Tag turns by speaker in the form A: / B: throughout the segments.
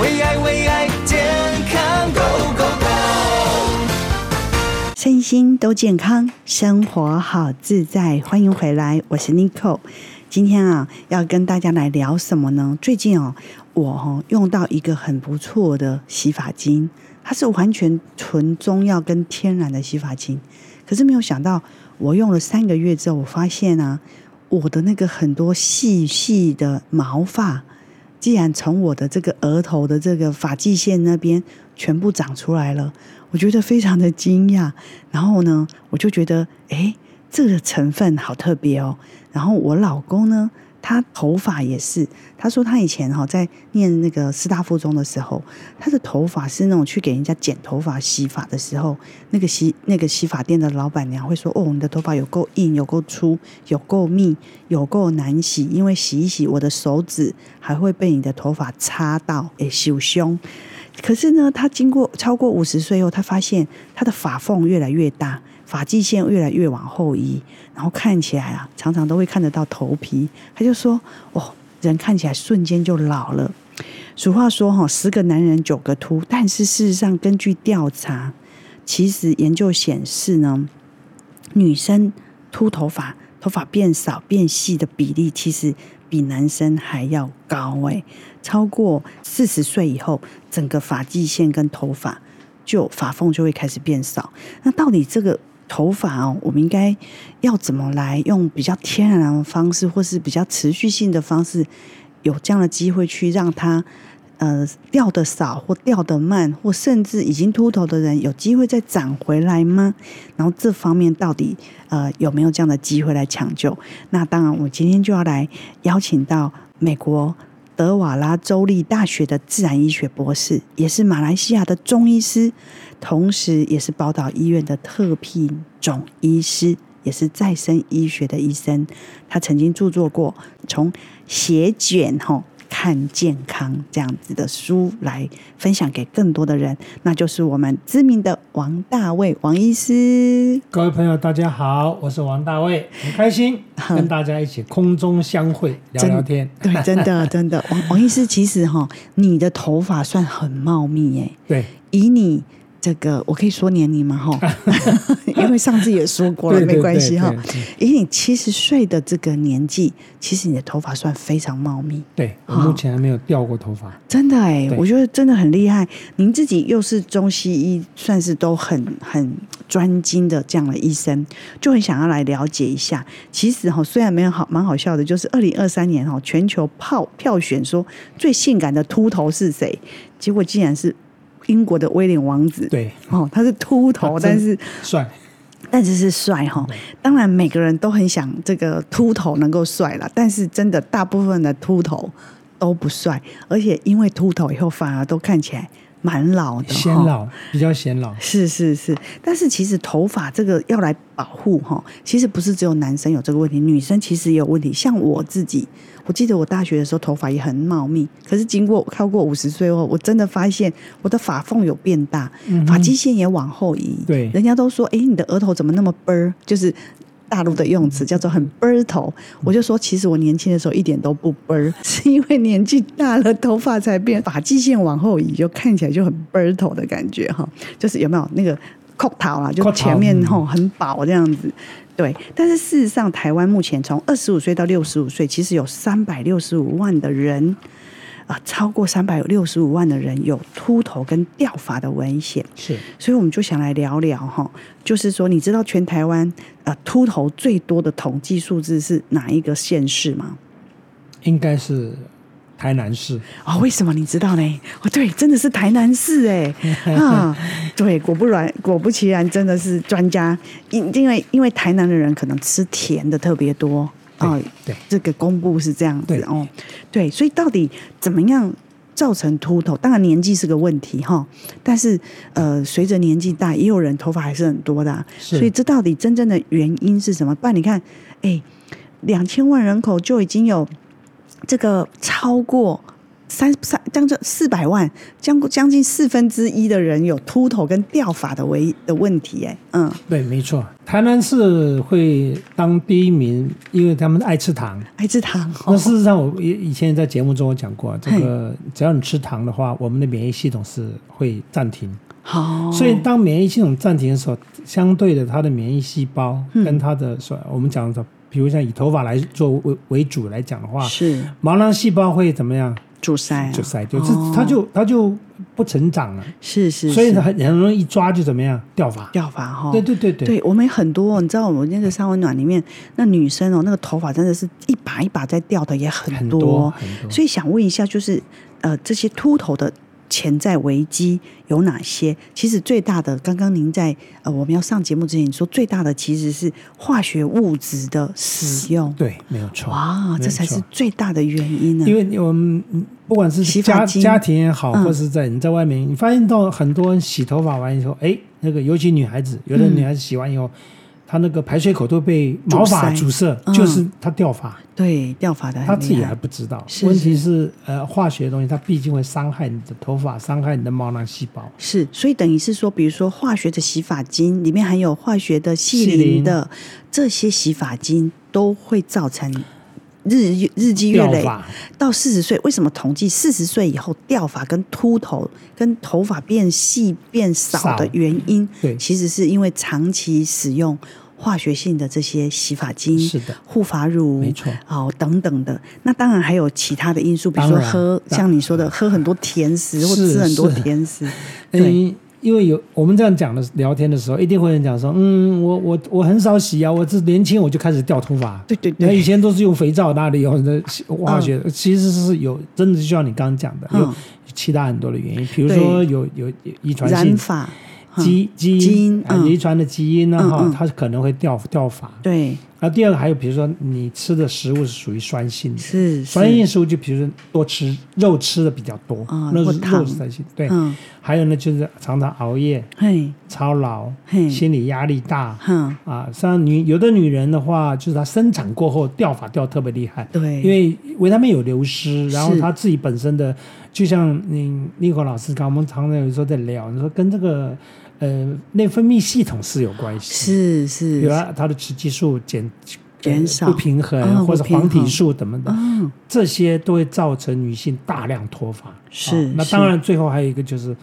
A: 为爱为爱健康 Go Go
B: 身心都健康，生活好自在。欢迎回来，我是 n i c o 今天啊，要跟大家来聊什么呢？最近哦，我哦用到一个很不错的洗发精，它是完全纯中药跟天然的洗发精。可是没有想到，我用了三个月之后，我发现啊，我的那个很多细细的毛发，既然从我的这个额头的这个发际线那边全部长出来了，我觉得非常的惊讶。然后呢，我就觉得，诶，这个成分好特别哦。然后我老公呢，他头发也是，他说他以前哈、在念那个师大附中的时候，他的头发是那种去给人家剪头发、洗发的时候，那个洗那个洗发店的老板娘会说：“哦，你的头发有够硬，有够粗，有够密，有够难洗，因为洗一洗，我的手指还会被你的头发擦到，诶，羞胸。”可是呢，他经过超过五十岁后，他发现他的发缝越来越大，发际线越来越往后移，然后看起来啊，常常都会看得到头皮。他就说：“哦，人看起来瞬间就老了。”俗话说哈，十个男人九个秃，但是事实上，根据调查，其实研究显示呢，女生秃头发、头发变少变细的比例，其实比男生还要高诶、超过四十岁以后，整个发际线跟头发就发缝就会开始变少。那到底这个头发哦，我们应该要怎么来用比较天然的方式，或是比较持续性的方式，有这样的机会去让它呃掉的少或掉的慢，或甚至已经秃头的人有机会再长回来吗？然后这方面到底呃有没有这样的机会来抢救？那当然，我今天就要来邀请到美国。德瓦拉州立大学的自然医学博士，也是马来西亚的中医师，同时也是宝岛医院的特聘总医师，也是再生医学的医生。他曾经著作过《从血卷吼看健康》这样子的书来分享给更多的人，那就是我们知名的王大卫王医师。
C: 各位朋友，大家好，我是王大卫，很开心 跟大家一起空中相会，聊
B: 真
C: 聊天。
B: 对， 真的真的，王王医师，其实哈，你的头发算很茂密耶、
C: 对，
B: 以你这个，我可以说年龄嘛哈， 因为上次也说过了，
C: 对对
B: 没关系
C: 对
B: 哈
C: 对嗯。
B: 以你七十岁的这个年纪，其实你的头发算非常茂密，
C: 对我
B: 好
C: 目前还没有掉过头发。
B: 真的哎、
C: 对
B: 我觉得真的很厉害。您自己又是中西医，算是都很很专精的这样的医生，就很想要来了解一下。其实哈，虽然没有好蛮好笑的，就是二零二三年哈，全球票票选说最性感的秃头是谁，结果竟然是英国的威廉王子。
C: 对，
B: 哦，他是秃头，
C: 啊真
B: 但是
C: 帅，
B: 但是是帅哈、当然，每个人都很想这个秃头能够帅啦，但是真的大部分的秃头都不帅，而且因为秃头以后反而都看起来蛮老的、
C: 显。老，比较显老。
B: 是是是，但是其实头发这个要来保护哈，其实不是只有男生有这个问题，女生其实也有问题。像我自己，我记得我大学的时候头发也很茂密，可是经过超过五十岁后，我真的发现我的发缝有变大，发际线也往后移。
C: 嗯对
B: 人家都说，诶，你的额头怎么那么啵儿？就是。大陆的用词叫做很啵儿头，我就说，其实我年轻的时候一点都不啵儿， 是因为年纪大了，头发才变，发际线往后移，就看起来就很啵儿头的感觉哈。就是有没有那个扣头啦，就
C: 扣头
B: 前面
C: 嗯
B: 吼很饱这样子。对，但是事实上，台湾目前从二十五岁到六十五岁，其实有三百六十五万的人啊、超过三百六十五万的人有秃头跟掉发的危险。
C: 是，
B: 所以我们就想来聊聊哈，就是说，你知道全台湾呃秃头最多的统计数字是哪一个县市吗？
C: 应该是台南市。
B: 哦，为什么你知道呢？哦，对，真的是台南市 哎，啊，对，果不然，果不其然，真的是专家，因因为因为台南的人可能吃甜的特别多
C: 对
B: 啊，
C: 对，
B: 这个公布是这样子
C: 对
B: 哦，对，所以到底怎么样造成秃头？当然年纪是个问题哈，但是呃，随着年纪大，也有人头发还是很多的啊、
C: 是
B: 所以这到底真正的原因是什么？不然你看，哎，两千万人口就已经有这个超过。三三将近四百万，将将近四分之一的人有秃头跟掉发的为的问题，哎，嗯，
C: 对，没错，台南市会当第一名，因为他们爱吃糖。
B: 爱吃糖
C: 那
B: 哦，
C: 事实上，我以以前在节目中我讲过，这个只要你吃糖的话，我们的免疫系统是会暂停。
B: 好，
C: 所以，当免疫系统暂停的时候，相对的，它的免疫细胞
B: 嗯
C: 跟它的所、我们讲的，比如像以头发来做为为主来讲的话，
B: 是
C: 毛囊细胞会怎么样？
B: 阻塞啊，
C: 就塞就
B: 哦
C: 这它就它就不成长了，
B: 是是，
C: 所以
B: 是
C: 很很容易一抓就怎么样掉发。
B: 掉发哈，
C: 对对对对，
B: 对，我们很多，你知道，我们那个三温暖里面，那女生哦，那个头发真的是一把一把在掉的，也很
C: 很多很多
B: 所以想问一下，就是呃，这些秃头的潜在危机有哪些？其实最大的，刚刚您在呃我们要上节目之前，你说最大的其实是化学物质的使用。
C: 对，没有错。
B: 哇，
C: 没
B: 这
C: 有
B: 才是
C: 错
B: 最大的原因呢、
C: 因为我们嗯不管是
B: 洗发
C: 家
B: 精
C: 家庭也好，
B: 嗯
C: 或是在你在外面，你发现到很多人洗头发完以后，哎，那个尤其女孩子，有的
B: 嗯
C: 女孩子洗完以后，她那个排水口都被毛发
B: 阻
C: 阻塞，
B: 嗯
C: 就是她掉发，
B: 对掉发的很
C: 她自己
B: 厉
C: 还
B: 害
C: 不知道。
B: 是
C: 问题是呃，化学的东西它毕竟会伤害你的头发，伤害你的毛囊细胞。
B: 是，所以等于是说，比如说化学的洗发精里面含有化学的细
C: 细
B: 磷
C: 磷
B: 的，这些洗发精都会造成日日积月累
C: 掉发
B: 到四十岁。为什么统计四十岁以后掉发跟秃头跟头发变细变少
C: 少
B: 的原因？
C: 对
B: 其实是因为长期使用。化学性的这些洗发精、
C: 是的
B: 护发乳，
C: 没错
B: 哦等等的。那当然还有其他的因素，比如
C: 当
B: 说
C: 然
B: 喝，
C: 当
B: 像你说的，喝很多甜食或
C: 是
B: 吃很多
C: 是
B: 甜 食，对，
C: 嗯，因为有我们这样讲的聊天的时候，一定会有人讲说，嗯，我我我很少洗啊，我这年轻我就开始掉头发。
B: 对对
C: 那以
B: 对，
C: 前都是用肥皂，哪里有很多化学？其实是有，真的就像你刚刚讲的，
B: 嗯
C: 有其他很多的原因，比如说有有有遗传
B: 染
C: 性
B: 发，嗯
C: 基基
B: 基因
C: 因啊
B: 嗯
C: 遗传的基因呢，
B: 嗯
C: 哈
B: 嗯，
C: 它可能会掉掉发。
B: 对，
C: 然后第二个还有，比如说你吃的食物是属于酸性的，
B: 是
C: 酸
B: 是
C: 性食物就比如说多吃肉吃的比较多
B: 啊，
C: 肉
B: 或
C: 是
B: 糖
C: 肉是酸性，对。
B: 嗯，
C: 还有呢，就是常常熬夜、
B: 嘿，
C: 操劳
B: 嘿、
C: 心理压力大，
B: 哼，
C: 啊，像女有的女人的话，就是她生产过后掉发掉特别厉害，
B: 对，
C: 因为维他命有流失，然后
B: 是
C: 她自己本身的，就像你妮可老师刚我们常常有时候在聊，你说跟这个呃内分泌系统是有关系，
B: 是
C: 比
B: 是
C: 如，她她的雌激素减
B: 减少
C: 呃不平衡，
B: 嗯
C: 或者
B: 不平
C: 黄
B: 衡
C: 体素等等的，
B: 嗯，
C: 这些都会造成女性大量脱发。
B: 是
C: 啊那
B: 是
C: 当然，最后还有一个就是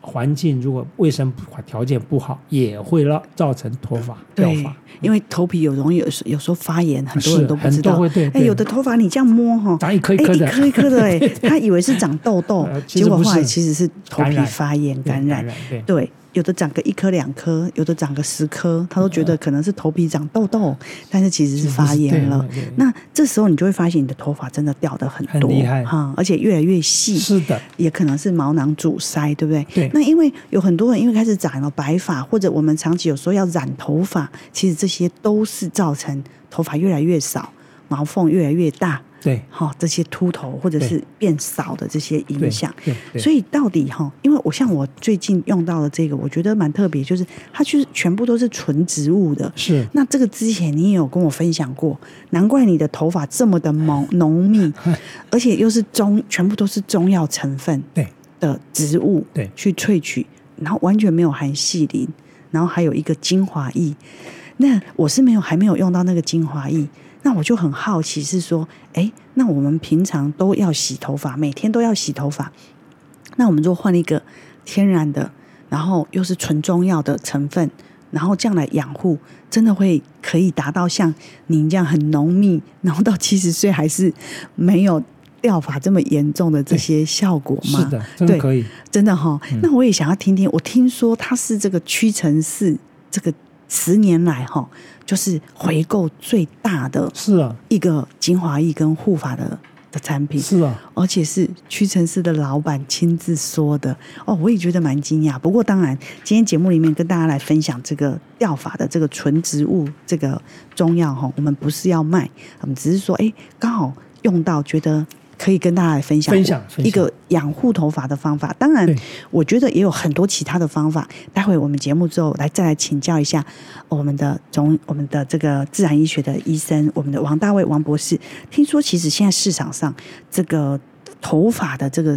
C: 环境，如果卫生不条件不好，也会让造成脱发、掉
B: 对
C: 发。，
B: 因为头皮有容易有时有时候发炎，很多人
C: 啊是
B: 都不
C: 很
B: 知
C: 多
B: 道
C: 会对，
B: 哎，
C: 对
B: 有的头发你这样摸哈，
C: 长一颗
B: 哎
C: 一颗的
B: 一颗一颗的，哎，他以为是长痘痘
C: 呃，其
B: 结
C: 实
B: 果
C: 不
B: 后来
C: 是
B: 其实是头
C: 感
B: 皮
C: 染
B: 发炎感染，
C: 对，
B: 对，有的长个一颗两颗，有的长个十颗，他都觉
C: 嗯
B: 得可能是头皮长痘痘，但是其实是发炎了
C: 对对对。
B: 那这时候你就会发现你的头发真的掉的很
C: 很
B: 多，
C: 厉害
B: 哈、而且越来越细。
C: 是的，
B: 也可能是毛囊阻塞，对不对？
C: 对
B: 那因为有很多人因为开始染了白发，或者我们长期有时候要染头发，其实这些都是造成头发越来越少、毛缝越来越大，
C: 对
B: 哈、这些秃头或者
C: 对
B: 是变少的这些影
C: 对
B: 响。
C: 对对
B: 所以到底哈，因为我像我最近用到的这个，我觉得蛮特别，就是它就是全部都是纯植物的。
C: 是
B: 那这个之前你也有跟我分享过，难怪你的头发这么的浓浓 密，而且又是中全部都是中药成分
C: 对
B: 的植物
C: 对
B: 去萃取，然后完全没有含细磷，然后还有一个精华液。那我是没有还没有用到那个精华液，那我就很好奇是说，哎，那我们平常都要洗头发，每天都要洗头发，那我们就换一个天然的，然后又是纯中药的成分，然后这样来养护，真的会可以达到像您这样很浓密，然后到七十岁还是没有掉发这么严重的这些效果吗？
C: 是的，真的
B: 对
C: 可以。
B: 真的哈、
C: 嗯
B: 那我也想要听听。我听说它是这个屈臣氏这个十年来哈、就是回购最大的
C: 是啊，
B: 一个精华液跟护发的的产品，
C: 是啊，
B: 而且是屈臣氏的老板亲自说的哦，我也觉得蛮惊讶。不过当然，今天节目里面跟大家来分享这个掉发的这个纯植物这个中药哈，我们不是要卖，我们只是说哎，刚好用到，觉得可以跟大家来分享
C: 分享分享
B: 一个养护头发的方法。当然
C: 对，
B: 我觉得也有很多其他的方法。待会我们节目之后来再来请教一下哦我们的总我们的这个自然医学的医生，我们的王大卫王博士。听说其实现在市场上这个。头发的这个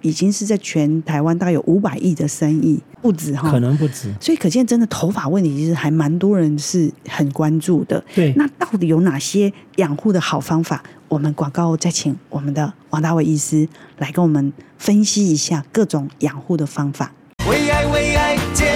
B: 已经是在全台湾大概有五百亿的生意，不止哈
C: 可。能不止。
B: 所以可见，真的头发问题其实还蛮多人是很关注的。
C: 对
B: 那到底有哪些养护的好方法？我们广告后再请我们的王大卫医师来跟我们分析一下各种养护的方法。
A: 为爱为爱健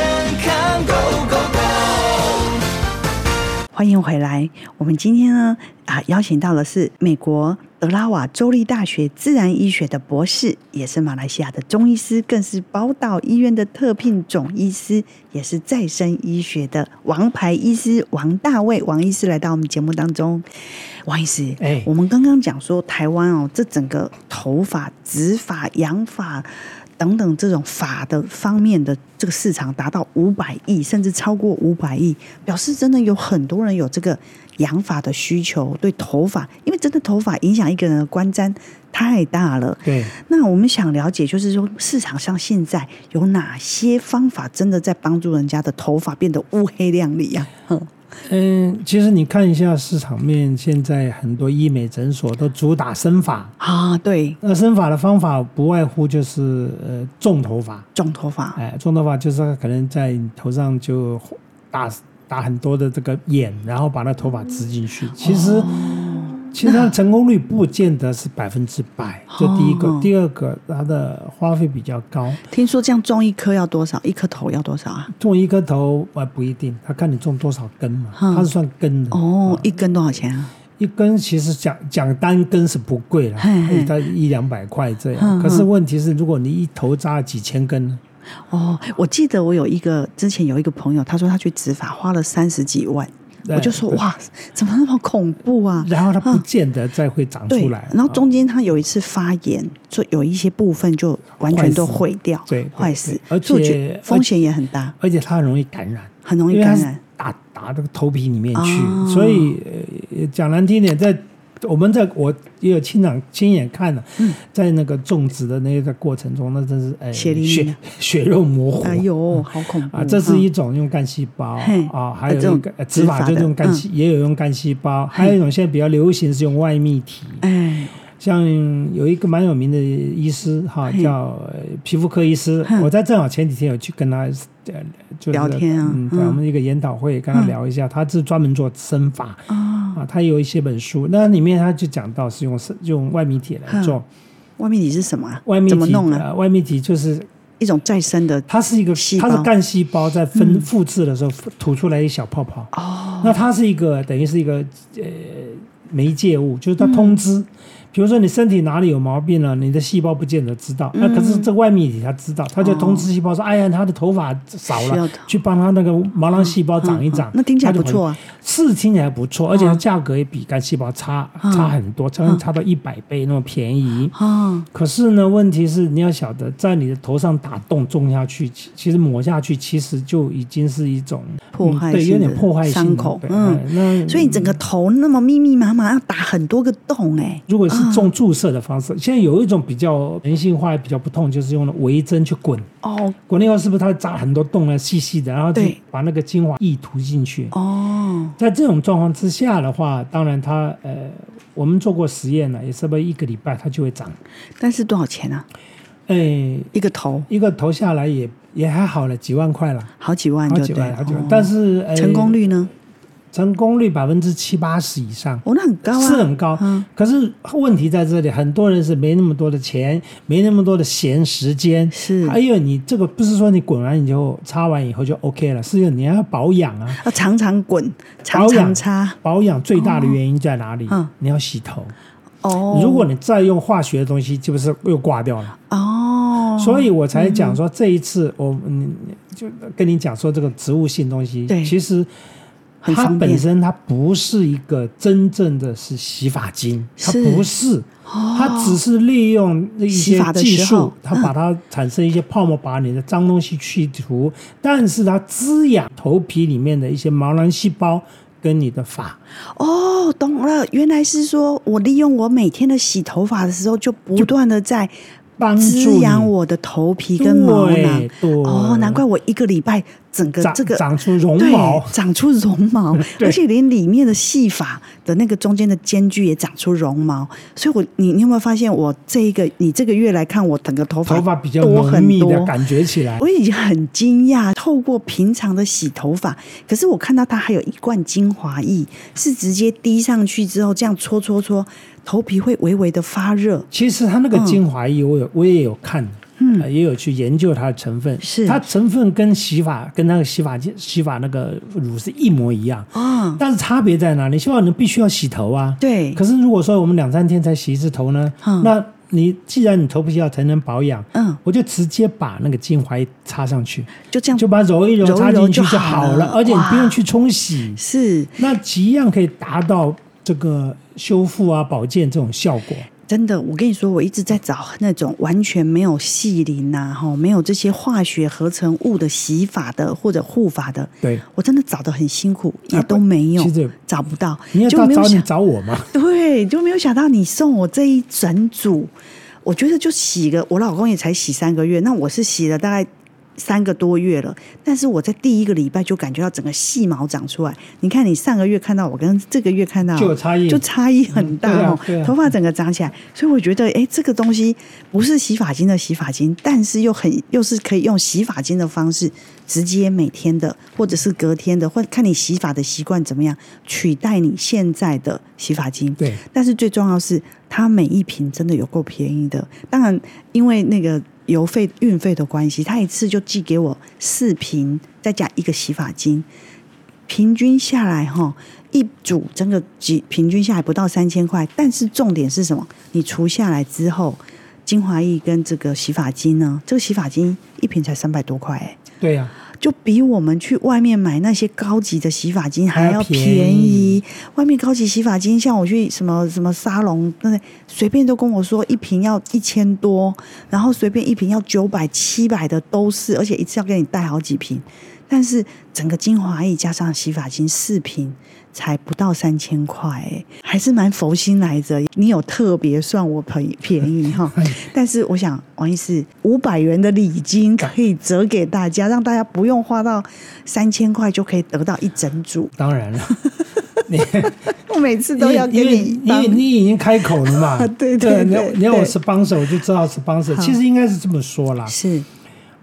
A: 康 Go Go Go，
B: 欢迎回来。我们今天呢啊，邀请到的是美国德拉瓦州立大学自然医学的博士，也是马来西亚的中医师，更是宝岛医院的特聘总医师，也是再生医学的王牌医师王大卫王医师来到我们节目当中。王医师，
C: 哎
B: 我们刚刚讲说台湾哦，这整个头发、植发、养发。等等，这种法的方面的这个市场达到五百亿，甚至超过五百亿，表示真的有很多人有这个养发的需求，对头发，因为真的头发影响一个人的观瞻太大了。
C: 对，
B: 那我们想了解，就是说市场上现在有哪些方法真的在帮助人家的头发变得乌黑亮丽呀、啊？哼
C: 嗯，其实你看一下市场面，现在很多医美诊所都主打生发。
B: 啊，对，
C: 那生发的方法不外乎就是呃种头发，
B: 种头发，
C: 哎，种头发就是可能在你头上就打打很多的这个眼，然后把那头发植进
B: 哦
C: 去。其实、其实它的成功率不见得是百分之百，这第一个。
B: 哦
C: 第二个，它的花费比较高，
B: 听说这样种一颗要多少？一颗头要多少啊？
C: 种一颗头啊不一定，它看你种多少根嘛，
B: 嗯
C: 它是算根的。
B: 哦，一根多少钱啊？
C: 一根其实讲讲单根是不贵了
B: 嘿，嘿
C: 大概一两百块这
B: 嗯嗯
C: 样。可是问题是，如果你一头扎几千根呢，
B: 哦，我记得我有一个之前有一个朋友，他说他去植发花了三十几万，
C: 对
B: 我就说哇，怎么那么恐怖啊？
C: 然后它不见得再会长
B: 对
C: 出来，。啊
B: 然后中间他有一次发炎，就有一些部分就完全都毁掉，
C: 对对
B: 坏死
C: 对，而且
B: 所以我觉得风险也很大，
C: 而且它很容易感染，
B: 很容
C: 因
B: 易
C: 为它
B: 感
C: 是
B: 染。
C: 打打这个头皮里面去，
B: 哦
C: 所以、呃、讲难听点，在我们在我也有亲眼亲眼看了，在那个种植的那个过程中，那真是哎
B: 嗯血淋淋
C: 血 血肉模糊。
B: 哎呦，好恐怖
C: 啊，这是
B: 嗯
C: 一种用干细胞
B: 嘿
C: 啊，还有
B: 这种
C: 一个呃植发
B: 植发
C: 就
B: 的嗯
C: 是用干细，也有用干细胞，还有一种现在比较流行是用外泌体，
B: 哎，
C: 像有一个蛮有名的医师哈，
B: 嘿
C: 叫呃皮肤科医师
B: 嗯，
C: 我在正好前几天有去跟他呃，就是
B: 聊天啊
C: 嗯，在
B: 嗯
C: 我们一个研讨会跟他聊一下，他是专门做生发
B: 哦，
C: 啊，他有一些本书，那里面他就讲到是用生用外泌体来做，
B: 外面你是什么啊？
C: 外泌
B: 怎么
C: 体
B: 弄啊？
C: 呃外泌体就是
B: 一种再生的
C: 它是一个
B: 细胞嗯
C: 它是干细胞在分复制的时候吐出来一小泡泡，
B: 哦，
C: 那它是一个等于是一个呃媒介物，就是它通知。
B: 嗯
C: 比如说你身体哪里有毛病了，你的细胞不见得知
B: 嗯
C: 道，那、可是这外泌体它知道，它就通知细胞说：“哎呀，他的头发少
B: 哦需要
C: 了
B: 的，
C: 去帮他那个毛囊细胞长一长。
B: 那听起来
C: 它
B: 不
C: 就
B: 错
C: 会。
B: 啊。
C: 是听起来不错，而且它价格也比干细胞差、
B: 嗯
C: 差很多，将近差到一百倍那么便宜。
B: 哦，
C: 可是呢，问题是你要晓得，在你的头上打洞种下去，其其实抹下去，其实就已经是一种
B: 破坏
C: 嗯对，
B: 性
C: 有
B: 的
C: 点破坏性
B: 伤口
C: 对
B: 嗯
C: 哎那
B: 所以你整个头那么密密麻麻，要打很多个洞哎、
C: 如果是种注射的方式，现在有一种比较人性化、比较不痛，就是用微针去滚，
B: 哦
C: 滚了以后是不是它扎很多洞呢？细细的，然后就
B: 对
C: 把那个精华液涂进去。
B: 哦，
C: 在这种状况之下的话，当然它呃，我们做过实验了，也差不多一个礼拜它就会长。
B: 但是多少钱啊？
C: 哎，
B: 一个头
C: 一个头下来也也还好了，几万块了。
B: 好几万
C: 好
B: 就
C: 几
B: 对
C: 万，好几万
B: 哦，
C: 但是、呃
B: 成功率呢？
C: 成功率百分之七八十以上。
B: 哦，那很高啊，
C: 是很高，
B: 嗯
C: 可是问题在这里，很多人是没那么多的钱，没那么多的闲时间。
B: 是
C: 还有你这个不是说你滚完以后擦完以后就 OK 了，是你要保养啊。
B: 要常常滚，常
C: 保
B: 常
C: 养
B: 擦
C: 保养最大的原因在哪里？
B: 嗯
C: 你要洗头。
B: 哦。
C: 如果你再用化学的东西，是不是又挂掉了？
B: 哦，
C: 所以我才讲说这一次我嗯就跟你讲说这个植物性东西
B: 对，
C: 其实
B: 很
C: 它
B: 方便
C: 本身它不是一个真正的是洗发精，它
B: 是哦
C: 不是，它只是利用一
B: 洗
C: 些
B: 发的
C: 技
B: 时候嗯
C: 术，它把它产生一些泡沫，把你的脏东西去除，但是它滋养头皮里面的一些毛囊细胞跟你的发，
B: 哦，懂了，原来是说我利用我每天的洗头发的时候，就不断的在
C: 帮助
B: 滋
C: 你
B: 养我的头皮跟毛囊
C: 对。对
B: 哦，难怪我一个礼拜整个
C: 长
B: 这个
C: 长出绒
B: 对
C: 毛，，
B: 长出绒毛
C: 对
B: 而且连里面的细发的那个中间的间距也长出绒毛，所以我你你有没有发现我这一个你这个月来看我整个头发
C: 头发比较
B: 多
C: 浓
B: 很
C: 密
B: 多
C: 的感觉起来。
B: 我已经很惊讶，透过平常的洗头发，可是我看到它还有一罐精华液，是直接滴上去之后这样搓搓搓，头皮会微微的发热。
C: 其实它那
B: 嗯
C: 个精华液，我有、我也有看，嗯、也有去研究它的成分，
B: 是
C: 它成分跟洗发跟那个洗发精洗发那个乳是一模一样，
B: 哦，
C: 但是差别在哪里？洗发你必须要洗头啊，
B: 对
C: 可是如果说我们两三天才洗一次头呢，
B: 嗯
C: 那你既然你头皮要才能保养，
B: 嗯
C: 我就直接把那个精华液擦上去，
B: 就这样
C: 就把它揉一揉
B: 嗯揉一揉
C: 插进去
B: 就好
C: 好
B: 了
C: 而且你不用
B: 哇
C: 去冲洗，
B: 是
C: 那一样可以达到这个修复啊、保健这种效果。
B: 真的，我跟你说，我一直在找那种完全没有细鳞呐、哈，没有这些化学合成物的洗发的或者护发的，
C: 对，
B: 我真的找的很辛苦，
C: 啊
B: 也都没有，
C: 其实
B: 找不到，
C: 你要
B: 就
C: 到
B: 没有
C: 找你
B: 想
C: 找我 嘛，
B: 对，就没有想到你送我这一整组，我觉得就洗个，我老公也才洗三个月，那我是洗了大概三个多月了，但是我在第一个礼拜就感觉到整个细毛长出来。你看你上个月看到我跟这个月看到
C: 就有差异
B: 就差异很大
C: 嗯对啊
B: 哦，
C: 对啊
B: 头发整个长起来，所以我觉得哎，这个东西不是洗发精的洗发精，但是又很又是可以用洗发精的方式直接每天的或者是隔天的，或看你洗发的习惯怎么样，取代你现在的洗发精。
C: 对
B: 但是最重要是，它每一瓶真的有够便宜的。当然，因为那个邮费、运费的关系，他一次就寄给我四瓶，再加一个洗发精，平均下来哈，一组真的几平均下来不到三千块。但是重点是什么？你除下来之后，精华液跟这个洗发精呢，这个洗发精一瓶才三百多块、欸，
C: 对呀、
B: 就比我们去外面买那些高级的洗发精还要便宜。
C: 还要便宜
B: 外面高级洗发精，像我去什么什么沙龙，那随便都跟我说一瓶要一千多，然后随便一瓶要九百、七百的都是，而且一次要给你带好几瓶。但是整个精华液加上洗发精四瓶，才不到三千块、欸，还是蛮佛心来着。你有特别算我便便宜哈，但是我想王医师五百元的礼金可以折给大家，让大家不用花到三千块就可以得到一整组。
C: 当 然了，你
B: 我每次
C: 因
B: 都
C: 为
B: 要
C: 因
B: 跟
C: 为
B: 你
C: 因为你已经开口了嘛，
B: 对对
C: 你要
B: 对
C: 你要我
B: 对
C: sponsor 我就知道 sponsor，
B: 好
C: 其实应该是这么说啦。
B: 是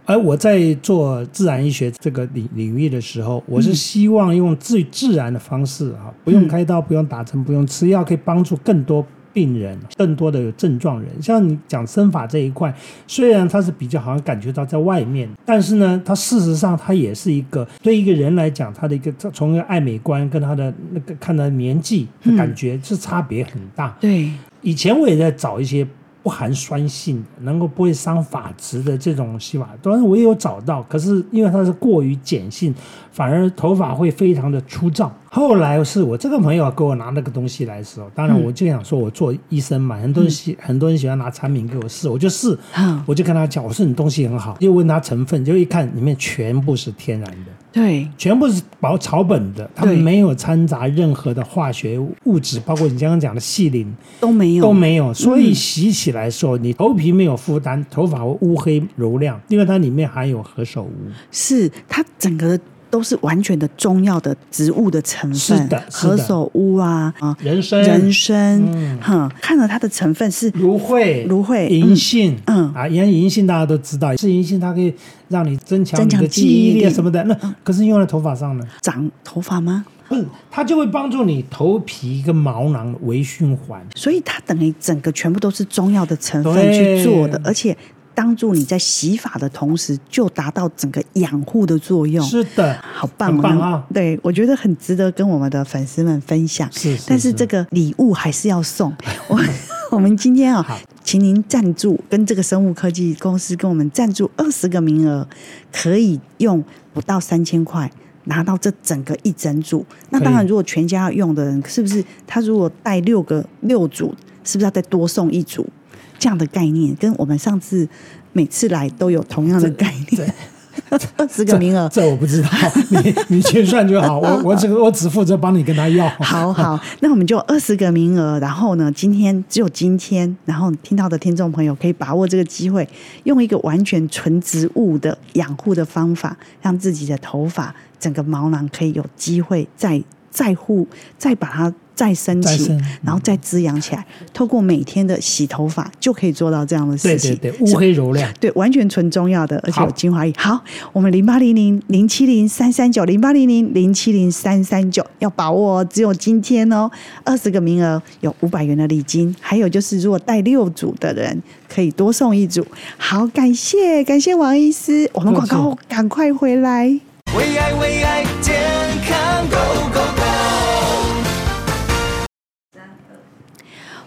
C: 而我在做自然医学这个领领域的时候，我是希望用最自然的方式啊，不用开刀，不用打针，不用吃药，可以帮助更多病人，更多的有症状人。像你讲生法这一块，虽然它是比较好像感觉到在外面，但是呢，它事实上它也是一个对一个人来讲，他的一个从一个爱美观跟他的那个看他的年纪的感觉是差别很大。
B: 对，
C: 以前我也在找一些不含酸性、能够不会伤发质的这种洗发，当然我也有找到，可是因为它是过于碱性，反而头发会非常的粗糙。后来是我这个朋友给啊我拿那个东西来的时候，当然我就想说，我做医生嘛，很多人喜、很多人喜欢拿产品给我试，我就试，
B: 嗯
C: 我就跟他讲，我说你东西很好，又问他成分，就一看里面全部是天然的。
B: 对，
C: 全部是保草本的，它们
B: 对
C: 没有掺杂任何的化学物质，包括你刚刚讲的细磷，
B: 都没有
C: 都没有，所以洗起来的时候，你头皮没有负担，头发会乌黑柔亮，因为它里面含有何首乌。
B: 是它整个都是完全的中药的植物的成分，
C: 是的是的
B: 何首乌啊啊，
C: 人参、
B: 人参，
C: 嗯
B: 哼、看了它的成分是
C: 芦荟、
B: 芦荟
C: 银杏，
B: 嗯嗯
C: 啊，因为银杏大家都知道，是银杏它可以让你增强你
B: 增强
C: 的
B: 记
C: 记忆
B: 忆
C: 力啊
B: 力嗯
C: 什么的。那可是用在头发上呢，
B: 长头发吗？
C: 不是它就会帮助你头皮跟毛囊微循环。
B: 所以它等于整个全部都是中药的成分
C: 对
B: 去做的，而且当助你在洗发的同时，就达到整个养护的作用。
C: 是的，
B: 好棒、
C: 很
B: 哦，
C: 棒啊！
B: 对，我觉得很值得跟我们的粉丝们分享。
C: 是是
B: 但是
C: 是
B: 这个礼物还是要送。我我们今天啊、
C: 好
B: 请您赞助，跟这个生物科技公司跟我们赞助二十个名额，可以用不到三千块。拿到这整个一整组，那
C: 可以
B: 当然，如果全家要用的人，是不是他如果带六个六组，是不是要再多送一组？这样的概念跟我们上次每次来都有同样的概念。二十个名额。
C: 这我 不知道，你你去算就好。我我只我只负责帮你跟他要。
B: 好好，那我们就二十个名额，然后呢，今天只有今天，然后听到的听众朋友可以把握这个机会，用一个完全纯植物的养护的方法，让自己的头发整个毛囊可以有机会再再护，再把它再升
C: 再
B: 起
C: 生，
B: 然后再滋养起来。透过每天的洗头发，就可以做到这样的
C: 对
B: 事
C: 对
B: 情。
C: 对，乌黑柔亮。
B: 对，完全纯中药的，而且有
C: 好
B: 精华液。好，我们零八零零零七零三三九零八零零零七零三三九要把握哦，只有今天哦，二十个名额有五百元的礼金，还有就是如果带六组的人可以多送一组。好，感谢感谢王医师，我们
C: 不
B: 广
C: 客气
B: 告后赶快回来。
A: 为爱为爱健康 Go Go Go，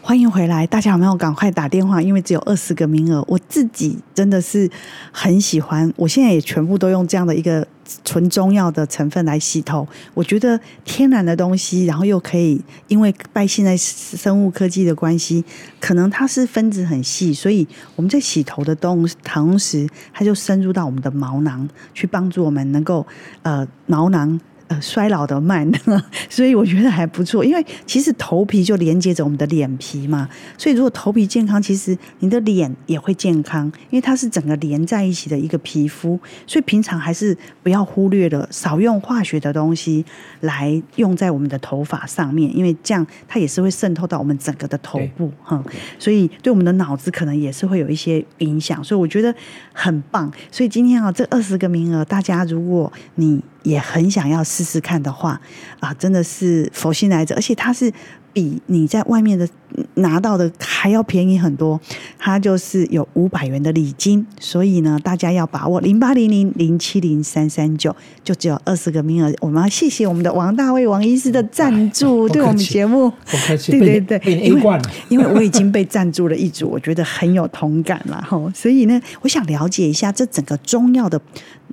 B: 欢迎回来，大家有没有赶快打电话？因为只有二十个名额，我自己真的是很喜欢，我现在也全部都用这样的一个纯中药的成分来洗头。我觉得天然的东西，然后又可以，因为拜现在生物科技的关系，可能它是分子很细，所以我们在洗头的同同时，它就深入到我们的毛囊，去帮助我们能够呃毛囊呃衰老的慢， 所以我觉得还不错。因为其实头皮就连接着我们的脸皮嘛，所以如果头皮健康，其实你的脸也会健康，因为它是整个连在一起的一个皮肤。所以平常还是不要忽略了，少用化学的东西来用在我们的头发上面，因为这样它也是会渗透到我们整个的头部哈、所以对我们的脑子可能也是会有一些影响。所以我觉得很棒。所以今天啊，这二十个名额，大家如果你也很想要试试看的话，啊，真的是佛心来着，而且它是比你在外面的嗯拿到的还要便宜很多，它就是有五百元的礼金，所以呢，大家要把握零八零零零七零三三九，就只有二十个名额。我们要谢谢我们的王大卫王医师的赞助，
C: 哎
B: 对我们
C: 不客气
B: 节目。
C: 不客气，
B: 对
C: 被
B: 对
C: 你
B: 对，
C: 被你
B: 因
C: A
B: 为
C: 惯了。
B: 因为我已经被赞助了一组，我觉得很有同感了哈。所以呢，我想了解一下这整个中药的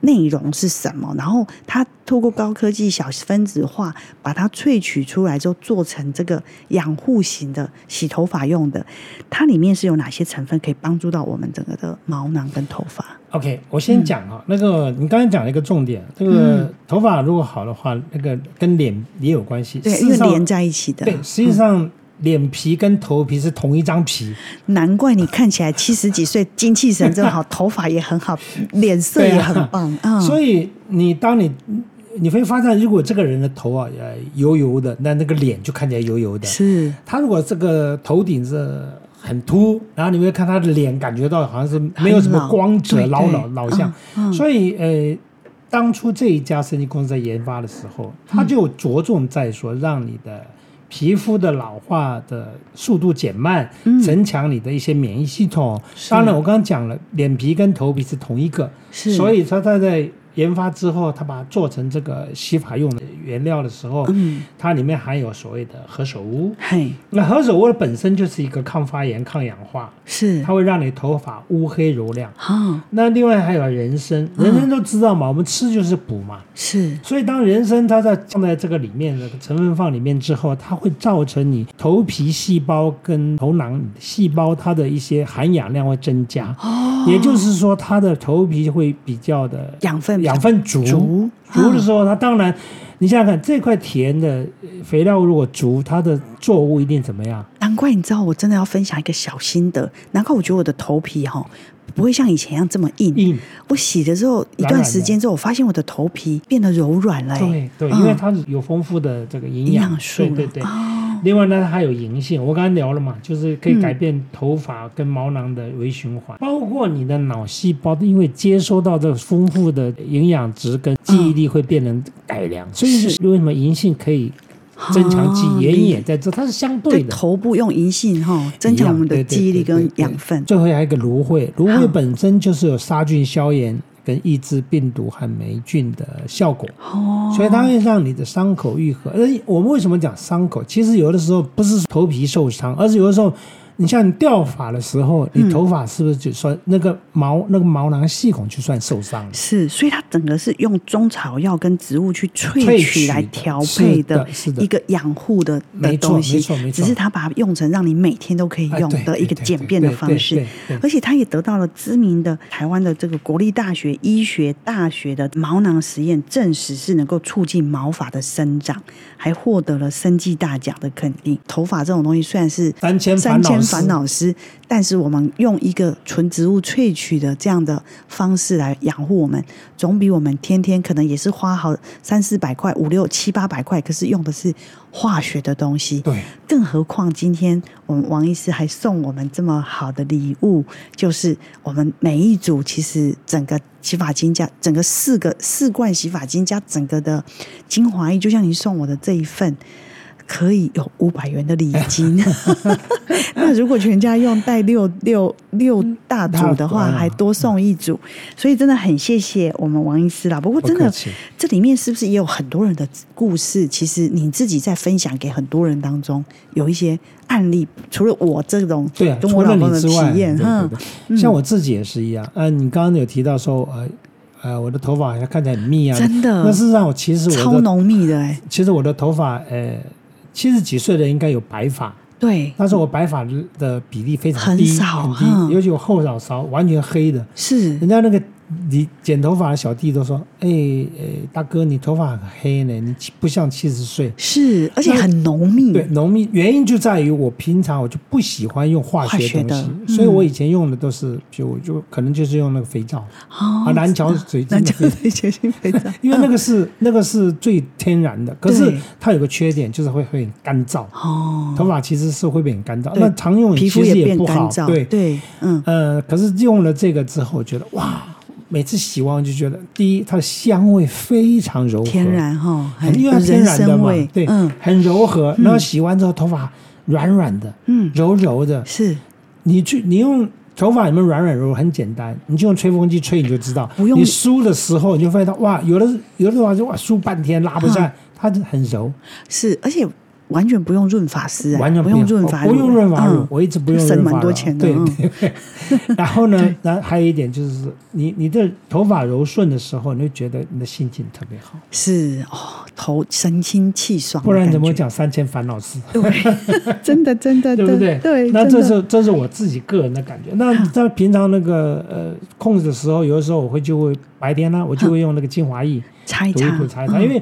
B: 内容是什么，然后它透过高科技小分子化把它萃取出来之后，做成这个养护型的洗头发用的，它里面是有哪些成分可以帮助到我们整个的毛囊跟头发？
C: OK，我先讲啊，那个你刚才讲了一个重点，这
B: 嗯
C: 个头发如果好的话，那个跟脸也有关系。
B: 对，
C: 事
B: 因
C: 实
B: 为
C: 上
B: 连在一起的嗯
C: 对，，实际上脸皮跟头皮是同一张皮，
B: 难怪你看起来七十几岁，精气神真好，头发也很好，脸色
C: 对啊
B: 也很棒啊。
C: 所
B: 以
C: 以你当你你会发现，如果这个人的头啊呃油油的，那那个脸就看起来油油的。
B: 嗯是
C: 他如果这个头顶是很秃，然后你会看他的脸，感觉到好像是没有什
B: 很
C: 么
B: 老
C: 光
B: 对
C: 泽、
B: 对
C: 老老老相。
B: 嗯嗯
C: 所以呃，当初这一家设计公司在研发的时候，
B: 嗯
C: 它就着重在说让你的。皮肤的老化的速度减慢，
B: 嗯
C: 增强你的一些免疫系统。当然，我刚刚讲了，脸皮跟头皮是同一个，
B: 是
C: 所以他他在研发之后，他把它做成这个洗发用的原料的时候，
B: 嗯
C: 它里面含有所谓的何首乌。
B: 嘿。
C: 那何首乌本身就是一个抗发炎、抗氧化，
B: 是
C: 它会让你头发乌黑柔亮。
B: 哦，
C: 那另外还有人参，
B: 嗯
C: 人参都知道嘛，我们吃就是补嘛。
B: 是
C: 所以当人参它在放在这个里面的成分放里面之后，它会造成你头皮细胞跟头囊细胞它的一些含氧量会增加。
B: 哦，
C: 也就是说，它的头皮会比较的
B: 养分比较
C: 养分足
B: 足
C: 足的时候，它当然，你想想看，这块田的呃肥料如果足，它的作物一定怎么样？
B: 难怪你知道我真的要分享一个小心得，难怪我觉得我的头皮哈、不会像以前一样这么硬。
C: 硬。
B: 我洗的时候一
C: 软软
B: 段
C: 的
B: 时间之后，我发现我的头皮变得柔软了、欸。
C: 对对，
B: 嗯
C: 因为它是有丰富的这个营
B: 营
C: 养
B: 养素了
C: 对对对。
B: 哦，
C: 另外呢，它还有银杏，我刚才聊了嘛，就是可以
B: 嗯
C: 改变头发跟毛囊的微循环，包括你的脑细胞，因为接收到这丰富的营养值跟记忆力会变得改良，所以
B: 是
C: 为什么银杏可以增强记
B: 嗯哦
C: 忆，原因也在这，它是相对
B: 对
C: 的。
B: 头部用银杏哈、增强我们
C: 一
B: 的
C: 样对
B: 记忆力
C: 对对
B: 跟
C: 对对
B: 养分。
C: 最后还有一个芦荟，芦
B: 好
C: 荟本身就是有杀菌、消炎跟抑制病毒和霉菌的效果，
B: 哦，
C: 所以它会让你的伤口愈合。而我们为什么讲伤口？其实有的时候不是头皮受伤，而是有的时候你像你掉发的时候，你头发是不是就算、
B: 嗯
C: 那个毛那个毛囊系统就算受伤了？
B: 是，所以它整个是用中草药跟植物去萃
C: 萃
B: 取
C: 取
B: 来
C: 的
B: 调
C: 是
B: 配
C: 的是的
B: 一个养护的的
C: 没错
B: 东西
C: 没错没，
B: 只
C: 错
B: 是它把它用成让你每天都可以
C: 哎
B: 用
C: 对
B: 的一
C: 对
B: 个
C: 对
B: 简
C: 对
B: 便的
C: 对
B: 方
C: 对
B: 式
C: 对对，
B: 而且它也得到了知名的台湾的这个国立大学医学大学的毛囊实验证实是能够促进毛发的生长，还获得了生技大奖的肯定。头发这种东西虽然是
C: 三千
B: 三
C: 烦
B: 千
C: 恼
B: 烦
C: 丝，
B: 恼丝，但是我们用一个纯植物萃取的这样的方式来养护我们，总比我们天天可能也是花好三四百块、五六七八百块，可是用的是化学的东西。
C: 对，
B: 更何况今天我们王医师还送我们这么好的礼物，就是我们每一组其实整个洗发精加整个四个四罐洗发精加整个的精华液，就像您送我的这一份。可以有五百元的礼金，那如果全家用带六六六大组的话，
C: 那当然
B: 还多送一组，所以真的很谢谢我们王医师啦。不过
C: 不
B: 真的
C: 客气，
B: 这里面是不是也有很多人的故事？其实你自己在分享给很多人当中，有一些案例，除了我这种
C: 对啊，
B: 跟
C: 除
B: 我
C: 了
B: 老
C: 你
B: 公的
C: 之
B: 体
C: 外，对
B: 验，嗯
C: 对
B: 哼，
C: 对像我自己也是一样。呃，你刚刚有提到说，呃呃，我的头发好像看起来很密啊，
B: 真的
C: 那事实上，我其实我
B: 超
C: 的
B: 浓密的哎、
C: 其实我的头发，呃，七十几岁的应该有白发，
B: 对，
C: 但是我白发的比例非常
B: 很
C: 低，
B: 少
C: 很
B: 嗯
C: 低，尤其我后脑勺完全黑的。
B: 是
C: 人家那个你剪头发的小弟都说：“哎、哎，大哥，你头发很黑呢，你不像七十岁。
B: 是，而且很浓”密，
C: 对，浓密原因就在于我平常我就不喜欢用化
B: 化学
C: 学
B: 的
C: 东西，
B: 嗯
C: 所以我以前用的都是，就就可能就是用那个肥皂、啊，
B: 哦，
C: 蓝桥水晶
B: 那
C: 的
B: 就 是
C: 肥皂。
B: 血腥肥皂
C: 因为那个是那个是最天然的，可是
B: 对
C: 它有个缺点，就是会会很干燥，
B: 哦，
C: 头发其实是会变干燥。
B: 对
C: 那常用
B: 皮
C: 其
B: 肤
C: 实
B: 变
C: 不
B: 干
C: 好，
B: 燥，
C: 对
B: 对，嗯，
C: 呃，可是用了这个之后，觉得哇，每次洗完我就觉得，第一，它的香味非常柔和，
B: 天，然哈，嘿
C: 因为它天
B: 人
C: 然的
B: 参
C: 嘛
B: 味，，
C: 对，
B: 嗯
C: 很柔和。然后洗完之后，头发软软的，
B: 嗯，
C: 柔柔的。
B: 是
C: 你去，你用头发有没有软软柔柔？很简单，你就用吹风机吹，你就知道。
B: 不用
C: 你梳的时候，你就发现到哇，有的有的头发就哇梳半天拉不下来，它就很柔，
B: 是，而且。完全不用润发丝、哎
C: 完全
B: 不
C: 用
B: 用润发
C: 我
B: 乳，
C: 不用润发乳
B: 嗯，
C: 我一直不用
B: 省
C: 润发乳，
B: 蛮多钱的
C: 对
B: 嗯
C: 对 对然后呢，然后还有一点就是，你你的头发柔顺的时候，你就觉得你的心情特别好，
B: 是哦，头神清气爽，
C: 不然怎么？讲三千烦恼事？
B: 对，真的真的
C: 对不对？
B: 对，
C: 那这
B: 真的
C: 是这是我自己个人的感觉。那在平常那个呃控制的时候，有的时候我会就会白天呢，我就会用那个精华 液
B: 擦一
C: 涂一
B: 擦
C: 涂，擦一擦，因为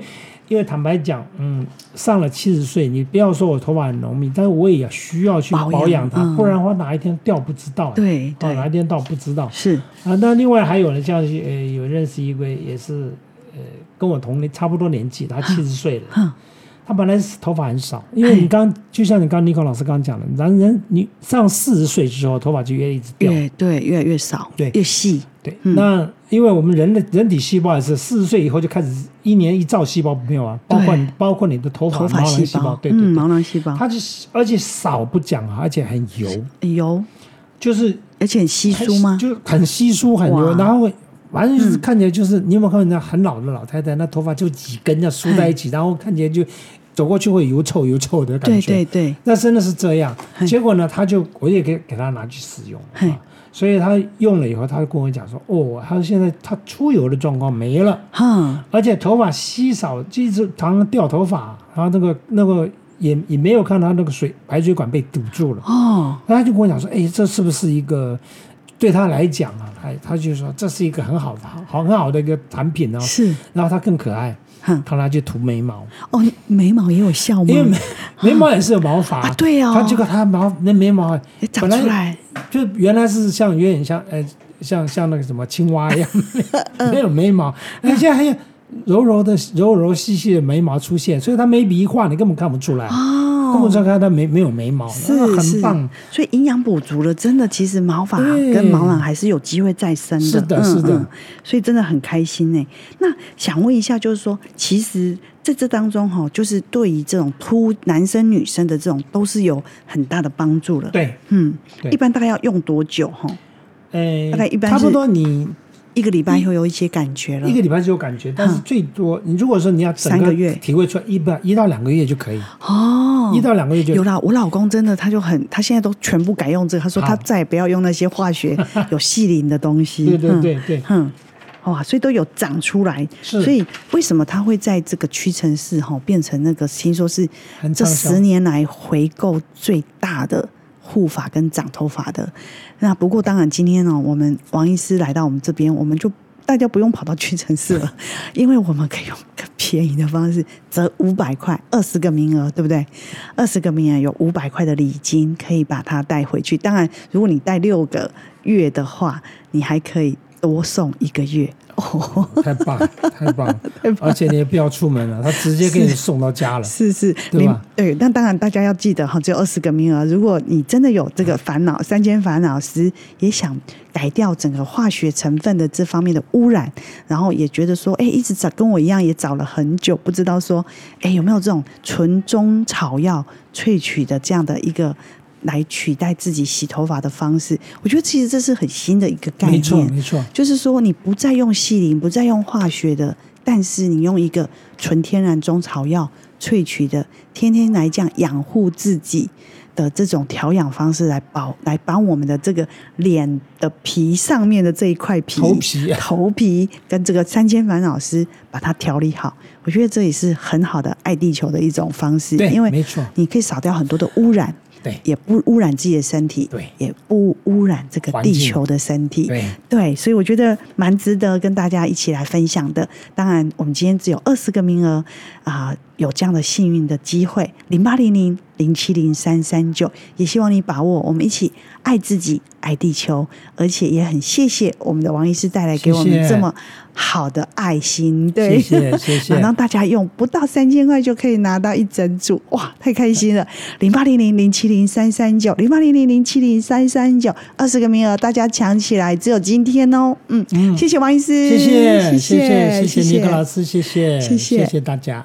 C: 因为坦白讲，嗯，上了七十岁，你不要说我头发很浓密，但是我也需要去
B: 保养
C: 保养它，
B: 嗯
C: 不然的话哪一天掉不知道。
B: 对
C: 哦，
B: 对
C: 哪一天到不知道
B: 是
C: 啊？那另外还有呢，像是呃，有认识一位也是呃跟我同龄差不多年纪，他七十岁了，
B: 哼哎
C: 他本来是头发很少，因为你刚就像你刚尼克老师刚刚讲的，男人你上四十岁之后，头发就越一直掉。
B: 越对越来越少，
C: 对
B: 越细
C: 对，
B: 嗯
C: 那因为我们人的人体细胞也是四十岁以后就开始一年一兆细胞没有啊，包括你
B: 对
C: 包括你的头发、
B: 头
C: 毛
B: 发
C: 囊
B: 细
C: 细胞，对
B: 嗯，
C: 对对，
B: 毛囊细胞
C: 它就是而且少不讲啊，而且很油，
B: 油，
C: 就是
B: 而且很稀疏吗？
C: 就很稀疏很油
B: 哇，嗯
C: 然后反正就是看起来就是，你有没有看到人家很老的老太太，那头发就几根要梳在一起，然后看起来就走过去会油臭油臭的感
B: 对
C: 觉。
B: 对对，
C: 那真的是这样。结果呢，他就我也给给他拿去使用
B: 嘿
C: 啊，所以他用了以后，他就跟我讲说，哦，他现在他出油的状况没了，
B: 哈，
C: 而且头发稀少，就一直常常掉头发，然后那个那个也也没有看到那个水排水管被堵住了。
B: 哦，
C: 那他就跟我讲说，哎，这是不是一个对他来讲啊？他他就说这是一个很好的、好很好的一个产品哦。
B: 是，
C: 然后他更可爱，
B: 哼，
C: 他拿去涂眉毛，
B: 哦，眉毛也有效吗
C: 因为？眉眉毛也是有毛发
B: 嗯啊，对哦
C: 他这个他毛那眉毛
B: 也长
C: 本来
B: 出来，
C: 就原来是像有点像呃像像那个什么青 蛙一样 没有眉毛，
B: 嗯
C: 那现在还有柔柔的柔柔细细的眉毛出现，所以他眉笔一画你根本看不出来，
B: 哦
C: 根本看不出来他没没有眉毛，那
B: 是
C: 哦很
B: 是
C: 棒。，
B: 所以营养补足了，真的，其实毛发
C: 对
B: 跟毛囊还是有机会再生的，
C: 是的是的
B: 嗯嗯，所以真的很开心呢。那想问一下，就是说，其实在这当中哈，就是对于这种秃男生女生的这种，都是有很大的帮助了。，
C: 对，
B: 嗯，
C: 对
B: 一般大概要用多久哈？
C: 呃，
B: 大概一般是
C: 差不多你
B: 一个礼拜会有一些感觉了
C: 一。个礼拜是有感觉，但是最多你如果说你要
B: 嗯
C: 整
B: 三
C: 个
B: 个月
C: 体会出来，一不一到两个月就可以，
B: 哦，
C: 一到两个月就
B: 有啦，我老公真的他就很，他现在都全部改用这个，他说
C: 好
B: 他再也不要用那些化 学有细磷的东西。
C: 对对
B: 嗯
C: 对对，
B: 哼，哇，所以都有长出来。
C: 是
B: 所以为什么它会在这个屈臣氏哈、变成那个听说是
C: 很
B: 这
C: 畅销
B: 十年来回购最大的护发跟长头发的？那不过当然，今天呢、我们王医师来到我们这边，我们就。大家不用跑到屈臣氏 了，因为我们可以用更便宜的方式，折五百块，二十个名额，对不对？二十个名额有五百块的礼金，可以把它带回去。当然，如果你带六个月的话，你还可以多送一个月哦。
C: 太棒了太 棒了，而且你也不要出门了，他直接给你送到家了。
B: 是是，
C: 对
B: 明
C: 吧
B: 对，但当然大家要记得哈，只有二十个名额。如果你真的有这个烦恼，三间烦恼时也想改掉整个化学成分的这方面的污染，然后也觉得说，哎，一直找跟我一样也找了很久，不知道说，哎，有没有这种纯中草药萃取的这样的一个。来取代自己洗头发的方式，我觉得其实这是很新的一个概念。
C: 没错没错，
B: 就是说你不再用细磷，不再用化学的，但是你用一个纯天然中草药萃取的，天天来这样养护自己的这种调养方式来保来把我们的这个脸的皮上面的这一块皮
C: 头皮啊
B: 头皮跟这个三千烦恼丝把它调理好，我觉得这也是很好的爱地球的一种方式，
C: 对
B: 因为
C: 没错
B: 你可以少掉很多的污染。
C: 对
B: 也不污染自己的身体，
C: 对
B: 也不污染这个
C: 环
B: 地
C: 境
B: 球的身体，
C: 对
B: 对，所以我觉得蛮值得跟大家一起来分享的。当然，我们今天只有二十个名额啊、有这样的幸运的机会，零八零零零七零三三九，也希望你把握。我们一起爱自己，爱地球，而且也很谢谢我们的王医师带来给我
C: 谢
B: 们
C: 谢
B: 这么好的爱心，对，
C: 谢谢谢谢
B: 然后大家用不到三千块就可以拿到一整组，哇，太开心了！零八零零零七零三三九，零八零零零七零三三九，二十个名额，大家抢起来，只有今天哦。嗯，谢谢王医师，
C: 谢
B: 谢
C: 谢谢谢
B: 谢
C: 谢谢尼克老师，谢谢
B: 谢谢
C: 谢谢大家。